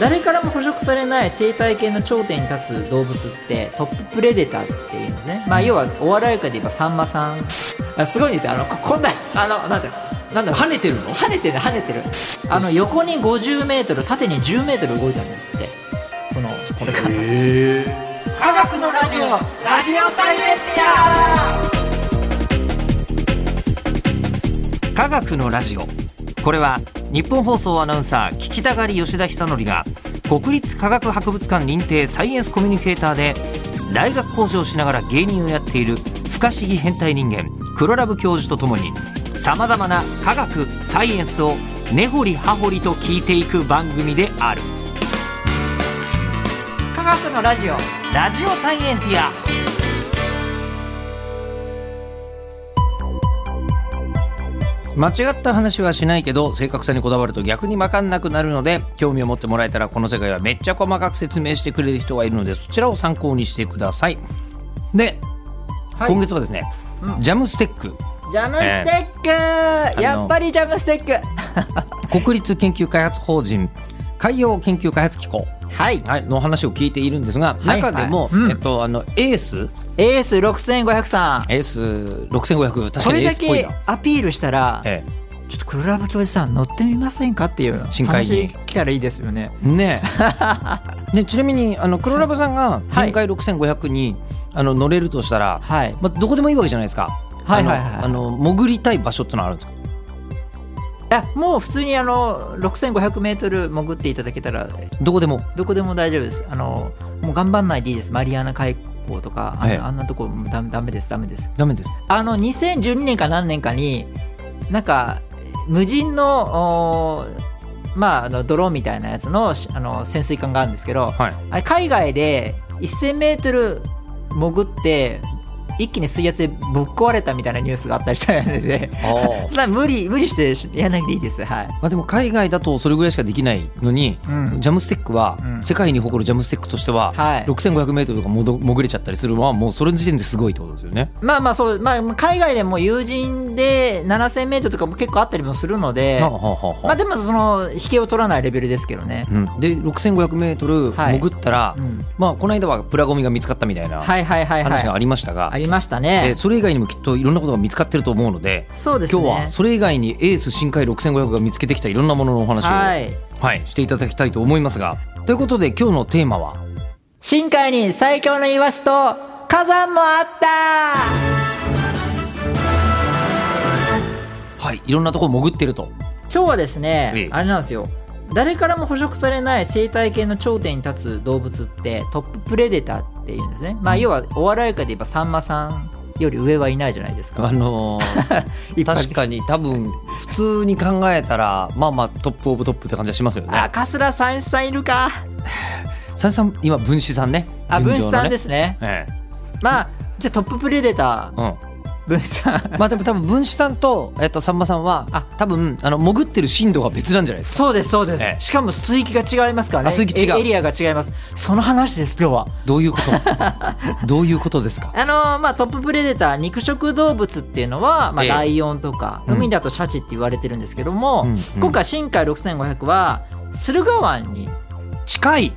誰からも捕食されない生態系の頂点に立つ動物ってトッププレデターっていうんですね、まあ、要はお笑い界で言えばさんまさんあすごいんですよあのここんなあのなんだなんだ跳ねてるの跳ねてる跳ねてるあの横に 50m 縦に 10m 動いたんですってこのこれがへえ科学のラジオラジオサイエン科学のラジオこれは日本放送アナウンサー聞きたがり吉田久典が国立科学博物館認定サイエンスコミュニケーターで大学講師をしながら芸人をやっている不可思議変態人間黒ラブ教授とともにさまざまな科学サイエンスを根掘り葉掘りと聞いていく番組である科学のラジオラジオサイエンティア間違った話はしないけど正確さにこだわると逆に分かんなくなるので興味を持ってもらえたらこの世界はめっちゃ細かく説明してくれる人がいるのでそちらを参考にしてくださいで、はい今月はですね、ジャムステックジャムステック、のやっぱりジャムステック国立研究開発法人海洋研究開発機構はいはいの話を聞いているんですが、はい中でも、はいうんえっと、あのエースエース6500さんエース6500確そかにれエーだスっぽいけなアピールしたら、えちょっと黒ラブ教授さん乗ってみませんかっていう深海に話来たらいいですよねえねえ ねちなみにあの黒ラブさんがはい天海6500に、あの乗れるとしたら、はいまあ、どこでもいいわけじゃないですか、はいはいはいあのあの潜りたい場所ってのはあるんですかあもう普通にあの 6500m 潜っていただけたらどこでもどこでも大丈夫ですあのもう頑張んないでいいですマリアナ海溝とかあ,、ええあんなとこもうダメダメですダメですダメですあの2012年か何年かになんか無人のおーまああのドローンみたいなやつのしあの潜水艦があるんですけどはいあれ海外で 1000m 潜って一気に水圧でぶっ壊れたみたいなニュースがあったりしたの でそんな無理無理してやらなくていいですはい まあ、でも海外だとそれぐらいしかできないのに、うんジャムステックは、うん世界に誇るジャムステックとしては、はい6500メートルとかもど潜れちゃったりするのはもうそれの時点ですごいってことですよね。まあまあそう、まあ、海外でも友人で 7000m とかも結構あったりもするので、はあはあはあはあまあでもその引けを取らないレベルですけどね、うん、で6500メートルはい潜ったら、うんまあこの間はプラゴミが見つかったみたいなはいはいはい話がはあいりましたが、ありましたえーねそれ以外にもきっといろんなことが見つかってると思うのでそうです今ね日はそれ以外にエース深海6500が見つけてきたいろんなもののお話を、ははいいしていただきたいと思いますがということで今日のテーマは深海に最強のイワシと火山もあったはいいろんなところ潜ってると今日はですね、ええあれなんですよ誰からも捕食されない生態系の頂点に立つ動物ってトッププレデターっていうんですねまあ要はお笑い界で言えばさんまさんより上はいないじゃないですかあのー 一般確かに多分普通に考えたらまあまあトップオブトップって感じはしますよあね。桂三枝さんいるかさんさん今分子さんね。。あ分子さんですすねえまあじゃあトッププレデタえうんー分子さん まあでも多分分子さんと、えっと、さんまさんはあ多分あの潜ってる深度が別なんじゃないですかそうですそうです、ええしかも水域が違いますからねあ水域違うエエリアが違いますその話です今日はどういうこと どういうことですかあのーまあトッププレデター肉食動物っていうのは、まあ、ええライオンとか、うん海だとシャチって言われてるんですけども、うんうん今回深海6500は駿河湾に 近い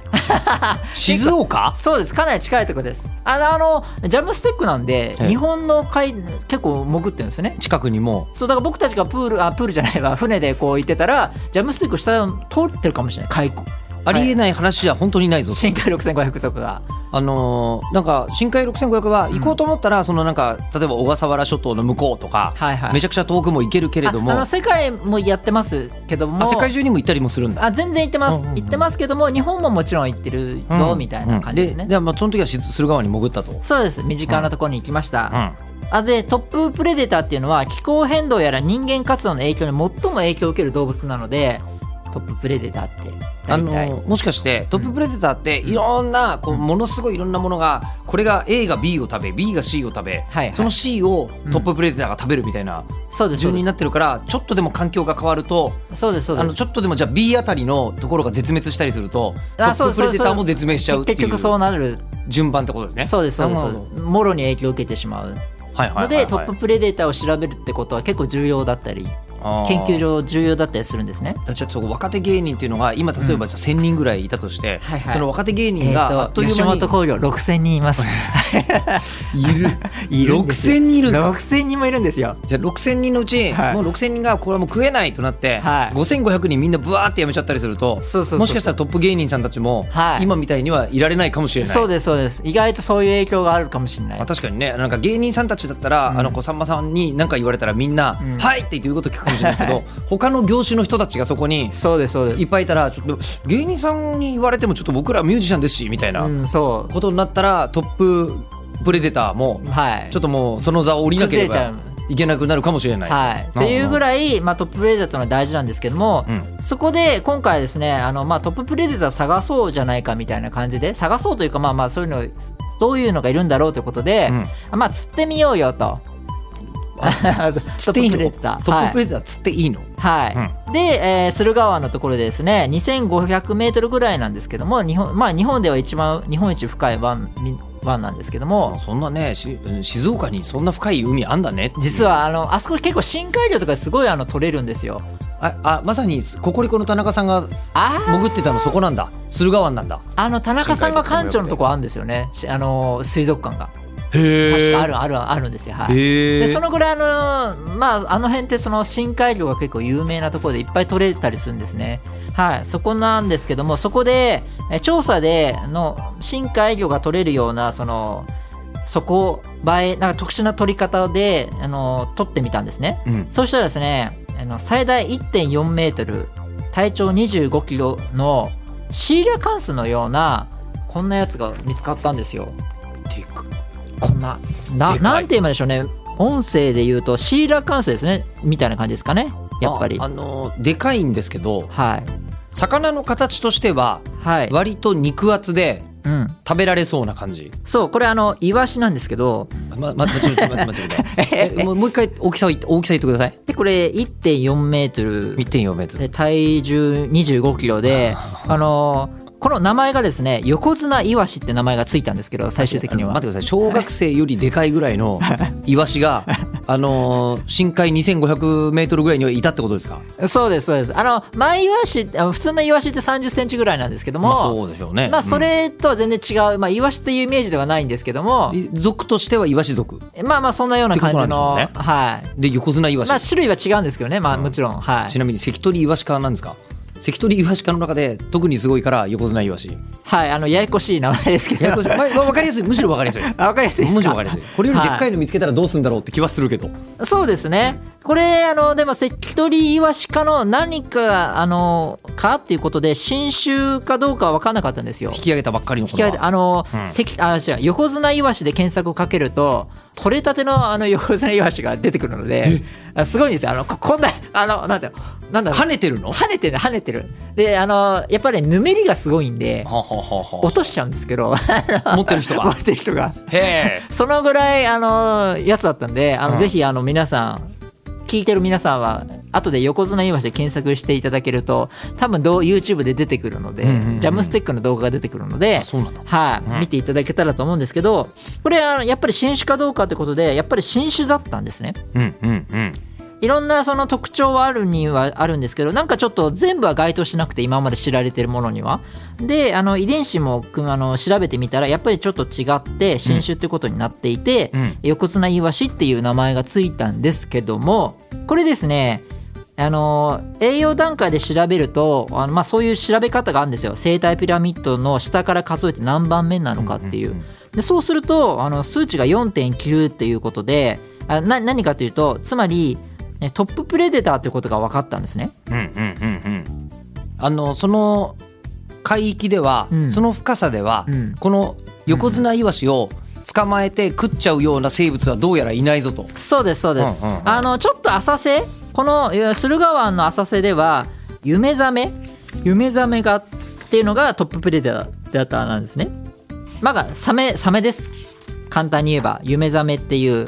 静岡そうですかなり近いところですあのあのジャムスティックなんで、ええ日本の海結構潜ってるんですよね近くにもそうだから僕たちがプールあプールじゃないわ 船でこう行ってたらジャムスティック下を通ってるかもしれない海溝ありえない話じゃ本当にないぞ、深海6500とかがあのーなんか深海6500は行こうと思ったら、そのなんか例えば小笠原諸島の向こうとか、はいはいめちゃくちゃ遠くも行けるけれどもああの世界もやってますけどもあ世界中にも行ったりもするんだあ全然行ってます、うんうんうん行ってますけども日本ももちろん行ってるぞ、みたいな感じですね、うんでじゃあまあその時はし駿河湾に潜ったと、そうです身近なところに行きました、あでトッププレデターっていうのは気候変動やら人間活動の影響に最も影響を受ける動物なのでトッププレデターってあ大の体、ーもしかしてトッププレデターっていろんなこうものすごいいろんなものがこれが A が B を食べ B が C を食べ、はいその C をトッププレデターが食べるみたいなそうですそ順うにでなってるからちょっとでも環境が変わるとすそうですそうあでのすちょっとでもじゃあ B あたりのところが絶滅したりするとトあそうップですプレデターも絶滅しちゃうって結いう局そうなる順番ってことですね。そうですそうですなそるほどうですもろに影響を受けてしまうはいはいのはいはいでトッププレデターを調べるってことは結構重要だったりあー研究上重要だったりするんですね。じゃあちょっと若手芸人っていうのが今例えばじゃあ1000人ぐらいいたとして、はいはいその若手芸人えがーあっとという吉間に本興業6000人います。いる いるんですよ6000人いるんですか6000人もいるんですよ。じゃあ6000人のうち、はいもう6000人がこれはもう食えないとなって、はい5500人みんなブワーってやめちゃったりするとそうそうそうもしかしたらトップ芸人さんたちも、はい今みたいにはいられないかもしれないそうですそうです。意外とそういう影響があるかもしれないまあ、。確かにねなんか芸人さんたちだったら、あのこうさんまさんに何か言われたらみんな「んはい!」って言うこと聞くかもしれないです けど他の業種の人たちがそこにそうですそうでいっす。ぱいいたらちょっと芸人さんに言われてもちょっと僕らミュージシャンですしみたいなうんそことになったらトッププレデターもうはい。ちょっともうその座を降りなけ崩れればちゃいけなくなるかもしれない。はい、っていうぐいらい、まあ、トッププレデターというのは大事なんですけども、うんそこで今回ですねあの、まあ、トッププレデター探そうじゃないかみたいな感じで探そうというかまあまあそういうのどういうのがいるんだろうということで、まあ釣ってみようよと。釣っていいの トッププレデタートッププレデター釣っていいの、はい、で、えー駿河湾のところでですね2500メートルぐらいなんですけども日本,、まあ、日本では一番日本一深い湾み湾なんですけどあもそんなねし静岡にそんな深い海あんだね実はあのあそこ結構深海魚とかすごいあの取れるんですよ。ああまさにココリコの田中さんがあー潜ってたのそこなんだ駿河湾なんだあの田中さんが館長のとこあるんですよね、しあの水族館が。確へかあるあるあるんですよ。はいへでそのぐらいあの、まあ、あの辺ってその深海魚が結構有名なところでいっぱい取れたりするんですね。はい、そこなんですけども、そこで、え調査での深海魚が取れるような、その、そこ映え、なんか特殊な取り方で、あの、取ってみたんですね。うん、そうしたらですね、あの最大1.4メートル、体長25キロのシーラカンスのような、こんなやつが見つかったんですよ。でかこんな。な、でかいなんて言えばいいんでしょうね。音声で言うと、シーラカンスですね。みたいな感じですかね。やっぱりあ。あのでかいんですけどはい。魚の形としてははい。割と肉厚でうん。食べられそうな感じそう、これあの、イワシなんですけど、ま、ま、ちょっと待って待って待 ってえもうもう一回大きさを言って大きさ言ってくださいで、これ1.4メートル。 1.4メートルで体重25キロで、あのーこの名前がですね、横綱イワシって名前がついたんですけど、最終的には待。ってください小学生よりでかいぐらい のイワシがあのー深海2500メートルぐらいにはいたってことですかそうですそうですあのマイワシあの普通のイワシって3 0センチぐらいなんですけども、ままああ、そうでしょうねそ、れとは全然違う、まあ、イワシっていうイメージではないんですけどもうん族としてはイワシ族まあまあそんなような感じの、ってこはいで横綱イワシまあ種類は違うんですけどねまあもちろん、はいちなみに関取イワシ科なんですか関取イワシ科の中で特にすごいから横綱イワシはいあのややこしい名前ですけややど こしい、まあ、分かりやすいむしろ分かりやすいあわかりやすいですかむしろ分かりやすいこれよりでっかいの見つけたらどうするんだろうって気はするけど、そうですね。これ、あの、でも、関取イワシ科の何か、あの、かっていうことで、新種かどうかは分かんなかったんですよ。引き上げたばっかりの引こきと上げてはあの、うん関あ違う横綱イワシで検索をかけると取れたてのあの横綱イワシが出てくるのであすごいんですよあのここんなあのなんだよなんだろう跳ねてるのは跳ねてる跳ねてるであのやっぱりぬめりがすごいんではは落としちゃうんですけど は持ってる人が割ってる人がへえそのぐらいあのやつだったんであの、うんぜひあの皆さん聞いてる皆さんは後で横綱イワシで検索していただけると多分どう YouTube で出てくるので、うんうんうんジャムスティックの動画が出てくるのであそうなんだはい、うん見ていただけたらと思うんですけどこれあのやっぱり新種かどうかってことでやっぱり新種だったんですねうんうんうんいろんなその特徴はあるにはあるんですけどなんかちょっと全部は該当しなくて今まで知られてるものにはであの遺伝子もくあの調べてみたらやっぱりちょっと違って新種ってことになっていて、うん横綱イワシっていう名前がついたんですけどもこれですねあの栄養段階で調べるとあの、まあ、そういう調べ方があるんですよ生態ピラミッドの下から数えて何番目なのかっていう,、うんうんでそうするとあの数値が4.9っていうことであな何かというとつまりねトッププレデターってことが分かったんですねうんうんうんうんあのその海域では、うんその深さでは、うんこの横綱イワシを捕まえて食っちゃうような生物はどうやらいないぞと。そうですそうです、うんうんうんあのちょっと浅瀬このえー駿河湾の浅瀬では夢ザメ夢ザメがっていうのがトッププレデターなんですねまあサメサメです簡単に言えば夢ザメっていううんうんう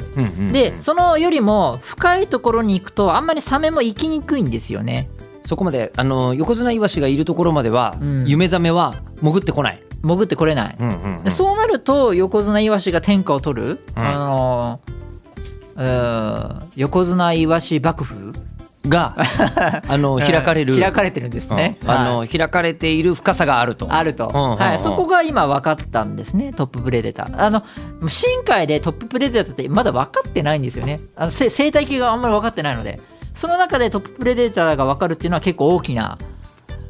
んでそのよりも深いところに行くとあんまりサメも行きにくいんですよねそこまであの横綱イワシがいるところまでは、うん夢ザメは潜ってこない。潜ってこれないうんうんうんでそうなると横綱イワシが天下を取る、あのーうーん横綱イワシ幕府があの開かれる、開かれてるんですね。うんあのはい開かれている深さがあると。あると、うんうんうんはい、そこが今分かったんですねトッププレデターあの深海でトッププレデターってまだ分かってないんですよねあのせ生態系があんまり分かってないのでその中でトッププレデターが分かるっていうのは結構大きな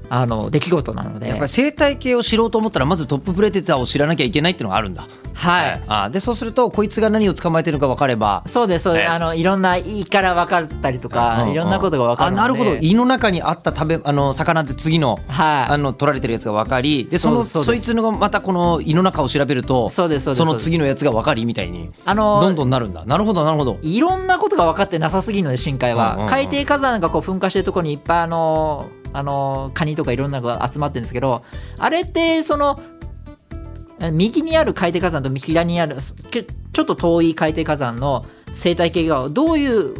あの出来事なのでやっぱり生態系を知ろうと思ったらまずトッププレデターを知らなきゃいけないっていうのがあるんだ。はい、あでそうするとこいつが何を捕まえてるのか分かれば。そうですそうです、ねあのいろんな「いい」から分かったりとか、うんうんいろんなことが分かるのであなるほど胃の中にあった食べあの魚って次のあはの取られてるやつが分かりでそのそそうそういですつのまたこの胃の中を調べるといそうですそうですそのうです次のやつが分かりみたいにあのどんどんなるんだなるほどなるほどいろんなことが分かってなさすぎるので深海は、うんうんうん海底火山がこう噴火してるところにいっぱいあのあのカニとかいろんなのが集まってるんですけどあれってそのえ右にある海底火山と左にあるすけちょっと遠い海底火山の生態系がどういう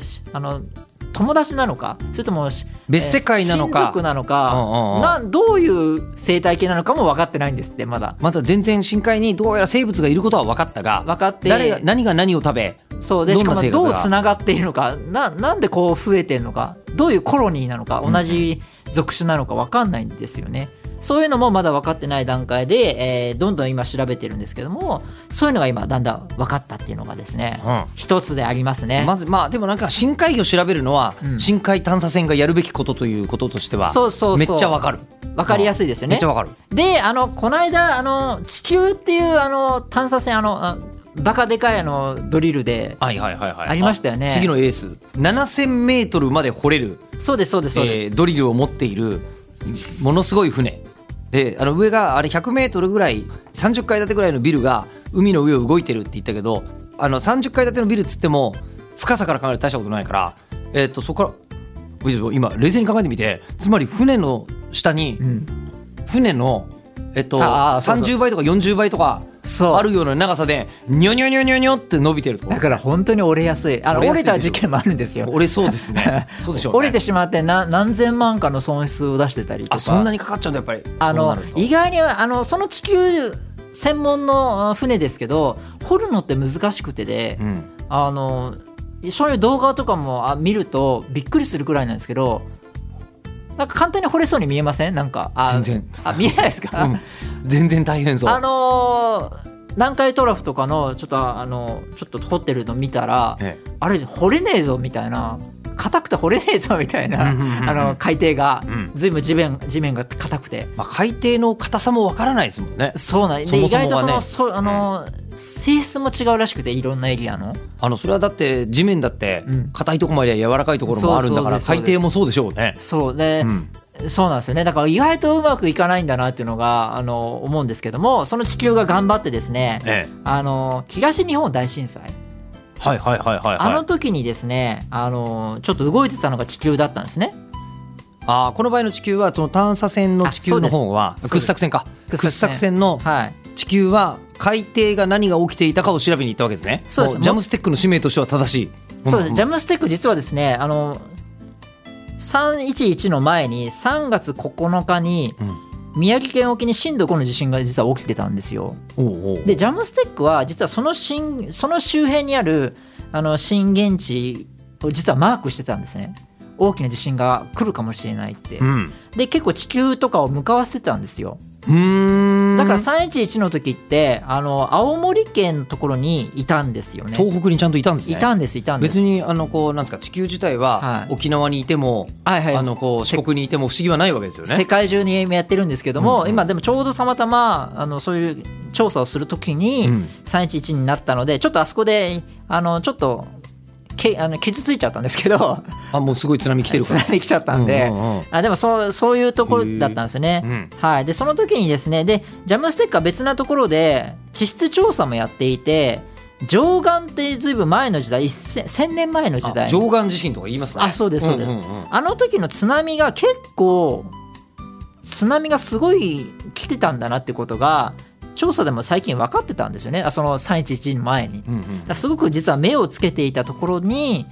しあの友達なのかそれともし別世界なのえーか親族なのか、うんうんうんなどういう生態系なのかも分かってないんですってまだまだ全然深海にどうやら生物がいることは分かったが分かって誰が何が何を食べそうでどしんかなも生活どがうつながっているのかななんでこう増えてるのかどういうコロニーなのかうん同じ属種なのか分かんないんですよね。そういうのもまだ分かってない段階で、えーどんどん今調べてるんですけどもそういうのが今だんだん分かったっていうのがですね、うん一つでありますね。まずまあでもなんか深海魚調べるのはうん深海探査船がやるべきことということとしてはそうそうめっそうちゃわかる分かりやすいですよめねっちゃ。わかるであのこの間あの地球っていうあの探査船あのあバカでかいあのドリルではいはいはいはいありましたよねあ次のエース7000メートルまで掘れるそうですそうですそうです。えードリルを持っているものすごい船であの上があれ100メートルぐらい30階建てぐらいのビルが海の上を動いてるって言ったけどあの30階建てのビルっつっても深さから考えると大したことないから、えー、とそこから今冷静に考えてみてつまり船の下にうん船の、えっと、ああそうそう30倍とか40倍とかそうあるような長さでニョニョニョニョニョって伸びてるとだから本当に折れやすいあの折折れやれすいでしょた事件もあるんですよ折れそうですねそうでしょう、ね、折れてしまってな何千万かの損失を出してたりとかあそんなにかかっちゃうんだやっぱりあこうのなると意外にあのその地球専門のあ船ですけど掘るのって難しくてで、うんあのそういう動画とかもあ見るとびっくりするくらいなんですけどなんか簡単に掘れそうに見えませんなんかあ全然あ見えないですか、うん、全然大変そう。あのー南海トラフとかのちょっとあのちょっと掘ってるの見たら、ええあれ掘れねえぞみたいな硬くて掘れねえぞみたいなうんうんうんうんあの海底がうんずいぶん地面地面が硬くてまあ、海底の硬さもわからないですもんね。そうなんでそもそもがね意外とそのそうあの、性質も違うらしくていろんなエリアのあのそれはだって地面だってうん硬いとこもありゃ柔らかいところもあるんだからそうそうそう海底もそうでしょうね。そうでう、ん、そうなんですよねだから意外とうまくいかないんだなっていうのがあの思うんですけどもその地球が頑張ってですねええ、あの東日本大震災はいはいはいはい、はい、あの時にですねあのちょっと動いてたのが地球だったんですねあーこの場合の地球はその探査船の地球の方はあそうです掘削船かそうです掘削船のはい地球は海底が何が起きていたかを調べに行ったわけですねそうですもジャムステックの使命としては正しいそうです、ジャャムステック実はですねあの311の前に3月9日にム、宮城県沖に震度5の地震が実は起きてたんですようんおうおうでジャムステックは実はその震その周辺にあるあの震源地を実はマークしてたんですね大きな地震が来るかもしれないって、うんで結構地球とかを向かわせてたんですようーんだから311の時ってあの青森県のところにいたんですよね東北にちゃんといたんですねいたんですいたんです別にあのこうなんですか地球自体ははい沖縄にいても、はいはいあのこうせ四国にいても不思議はないわけですよ世ね。界中に今やってるんですけども、うんうん今でもちょうどたまたまあのそういう調査をするときうにん311になったのでちょっとあそこであのちょっとけあの傷ついちゃったんですけどあもうすごい津波来てる津から。波来ちゃったんで、うんうんうんあでもそうそういうところだったんですよね。うんはい、でその時にですねでジャムステッカー別なところで地質調査もやっていて上岸ってずいぶん前の時代1000 1000年前の時代あ上岸地震とか言いますね。あそうですそうですんんんあの時の津波が結構津波がすごい来てたんだなってことが調査でも最近分かってたんですよねあその311の前に。だかうんうんらすごく実は目をつけていたところに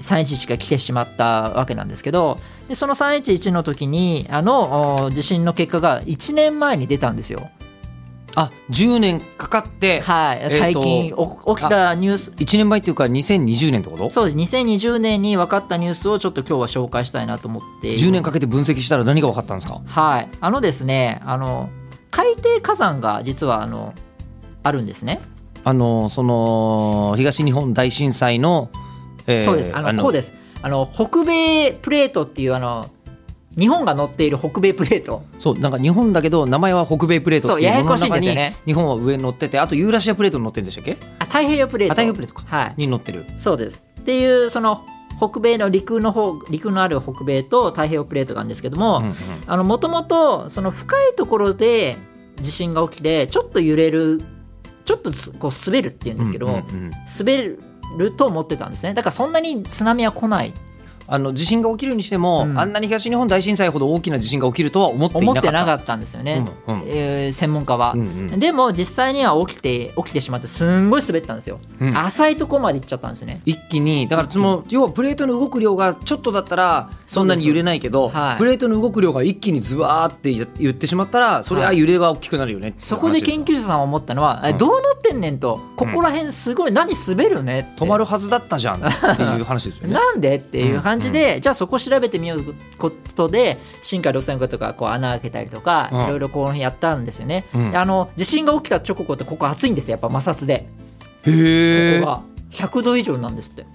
311が来てしまったわけなんですけどでその311の時にあのお地震の結果が1年前に出たんですよ。あ10年かかって、はい、と最近お起きたニュース1年前っていうか2020年ってことそうです2020年に分かったニュースをちょっと今日は紹介したいなと思って10年かけて分析したら何が分かったんですかはいあのですねあの海底火山が実はあのあるんですねあのその東日本大震災の、えーそうです。あのこうです。あの北米プレートっていうあの日本が乗っている北米プレート。そうなんか日本だけど名前は北米プレートっていそううやもののやこしいん中ですによね日本は上に乗っててあとユーラシアプレートに乗ってるんでしたっけあ太平洋プレート。あ太平洋プレートかはい。に乗ってるそうです。っていうその北米の陸の方陸のある北米と太平洋プレートがあるんですけども、うんうんあのもともとその深いところで地震が起きてちょっと揺れるちょっとすこう滑るっていうんですけど、うんうんうん滑ると思ってたんですね。だからそんなに津波は来ないあの地震が起きるにしても、うんあんなに東日本大震災ほど大きな地震が起きるとは思ってい思なかっったてなかったんですよね。うんうんえー専門家は。うんうんでも実際には起きて起きてしまってすんごい滑ったんですよ、うん浅いとこまで行っちゃったんですね一気にだからその要はプレートの動く量がちょっとだったらそんなに揺れないけど、はいプレートの動く量が一気にズワーって言ってしまったらそれははい揺れが大きくなるよねっていう話そこですよ研究者さんは思ったのは、えうんどうなってんねんとここら辺すごい何滑るねって止まるはずだったじゃんっていう話ですよ ね。なんでっていう感じで、じゃあそこ調べてみようことで新海六千五とかこう穴開けたりとか、うんいろいろこの辺やったんですよね、うんであの地震が起きた直後ってここ暑いんですよやっぱ摩擦でこへえこ。が100度以上なんですって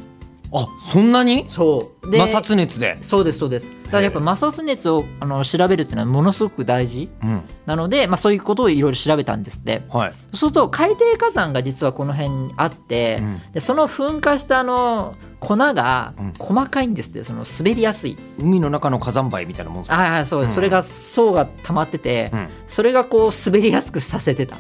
あそんなにそうで摩擦熱で。そうですそうですだからやっぱ摩擦熱をあの調べるっていうのはものすごく大事うんなので、まあ、そういうことをいろいろ調べたんですってはい。そうすると海底火山が実はこの辺にあって、うんでその噴火したあの粉がうん細かいんですってその滑りやすい海の中の火山灰みたいなもんですか。ああそう、うんそれが層が溜まってて、うんそれがこう滑りやすくさせてた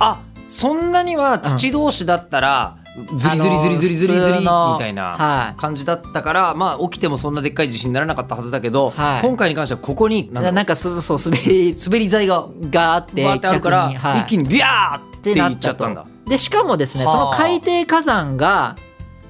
あそんなには土同士だったら、ズリズリズリズリズリズあの普リみ通のたいなは感じだったから、まあ起きてもそんなでっかい地震にならなかったはずだけど、はい今回に関してはここにいなんだなろんかすそう滑りう滑り剤ががあってバーってあるから逆にはい一気にビャーっていなっちゃったんだ。とでしかもですねはあその海底火山が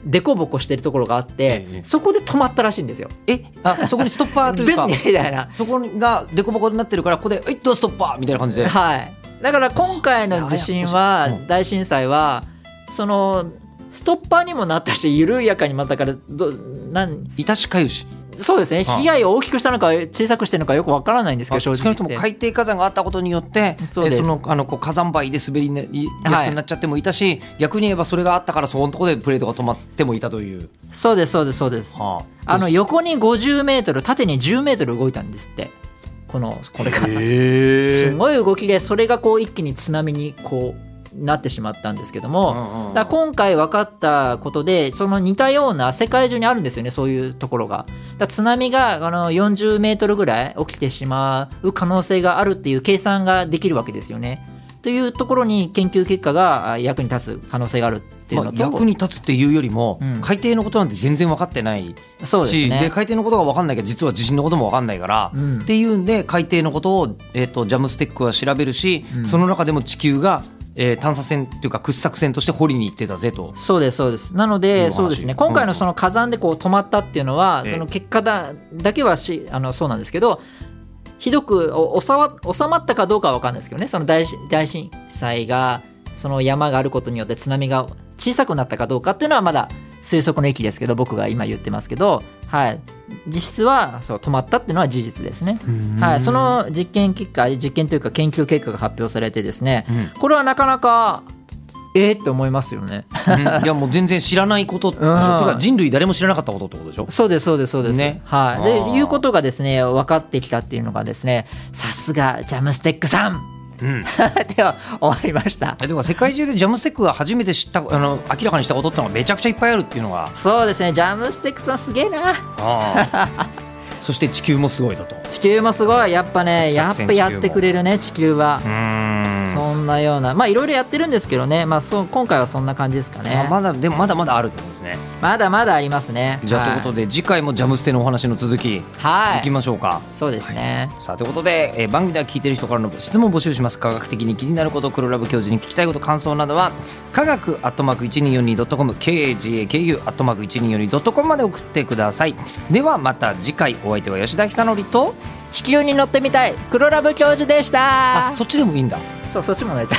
凸凹してるところがあって、ええそこで止まったらしいんですよ。えあそこにストッパーといで う かみたいな、そこがデコボコになってるからここで「えっとストッパー!」みたいな感じで。はい、だから今回の地震はややこしいうん大震災はそのストッパーにもなったし緩やかにまたからどなんいたしかゆし。そうですねはあ被害を大きくしたのか小さくしてるのかよくわからないんですけど正少直な言くともって海底火山があったことによってそうですえのあのこう火山灰で滑りやすくなっちゃってもいたし、逆に言えばそれがあったからそこのとこでプレートが止まってもいたという、そうですそうですそうですはあの横に50メートル縦に10メートル動いたんですってこのこれが。すごい動きでそれがこう一気に津波にこうなってしまったんですけども、だから今回分かったことでその似たような世界中にあるんですよねそういうところが。だから津波があの40メートルぐらい起きてしまう可能性があるっていう計算ができるわけですよね。というところに研究結果があ役に立つ可能性があるっていうまの、あと、役に立つっていうよりも、うん海底のことなんて全然分かってないそうでしすで、ね。海底のことが分かんないけど実は地震のことも分かんないから、うんっていうんで海底のことを、えー、とジャムステックは調べるし、その中でも地球が、えー探査船というか掘削船として掘りに行ってたぜと。そうですそうですなのいいおで話そうですねうん今回のその火山でこう止まったっていうのは、ええその結果だだけはしあのそうなんですけどひどくお収ま収まったかどうかは分かんないですけどねその大し大震災がその山があることによって津波が小さくなったかどうかっていうのはまだ推測の域ですけど僕が今言ってますけど、はい、実質はそう止まったっていうのは事実ですね、はい、その実験結果実験というか研究結果が発表されてですね、うんこれはなかなかええって思いますよね。うんいやもう全然知らないことでしょ。てか人類誰も知らなかったことってことでしょ。そうですそうですそうです。ねはあい。ーでいうことがですね分かってきたっていうのがですねさすがジャムステックさん うん。では終わりました。えでも世界中でジャムステックが初めて知ったあの明らかにしたことってのがめちゃくちゃいっぱいあるっていうのが。そうですねジャムステックさんすげえな。あー そして地球もすごいぞと。う地球もすごいやっぱねや作っ戦ぱやってくれるね地球は。ーん。そんなようなまあいろいろやってるんですけどねまあそう今回はそんな感じですかねあ。まだでもまだまだあるってことですね。まだまだありますね。じゃあということで次回もジャムステのお話の続きいはい。はきい。ましょうか。そうですね。さあということで、えー番組では聞いてる人からの質問を募集します科学的に気になること黒ラブ教授に聞きたいこと感想などは科学アットマーク 1242.com KAGAKU アットマーク 1242.com まで送ってくださいではまた次回お相手は吉田久典と地球に乗ってみたい黒ラブ教授でしたあ。そっちでもいいんだそうそっちもなりたい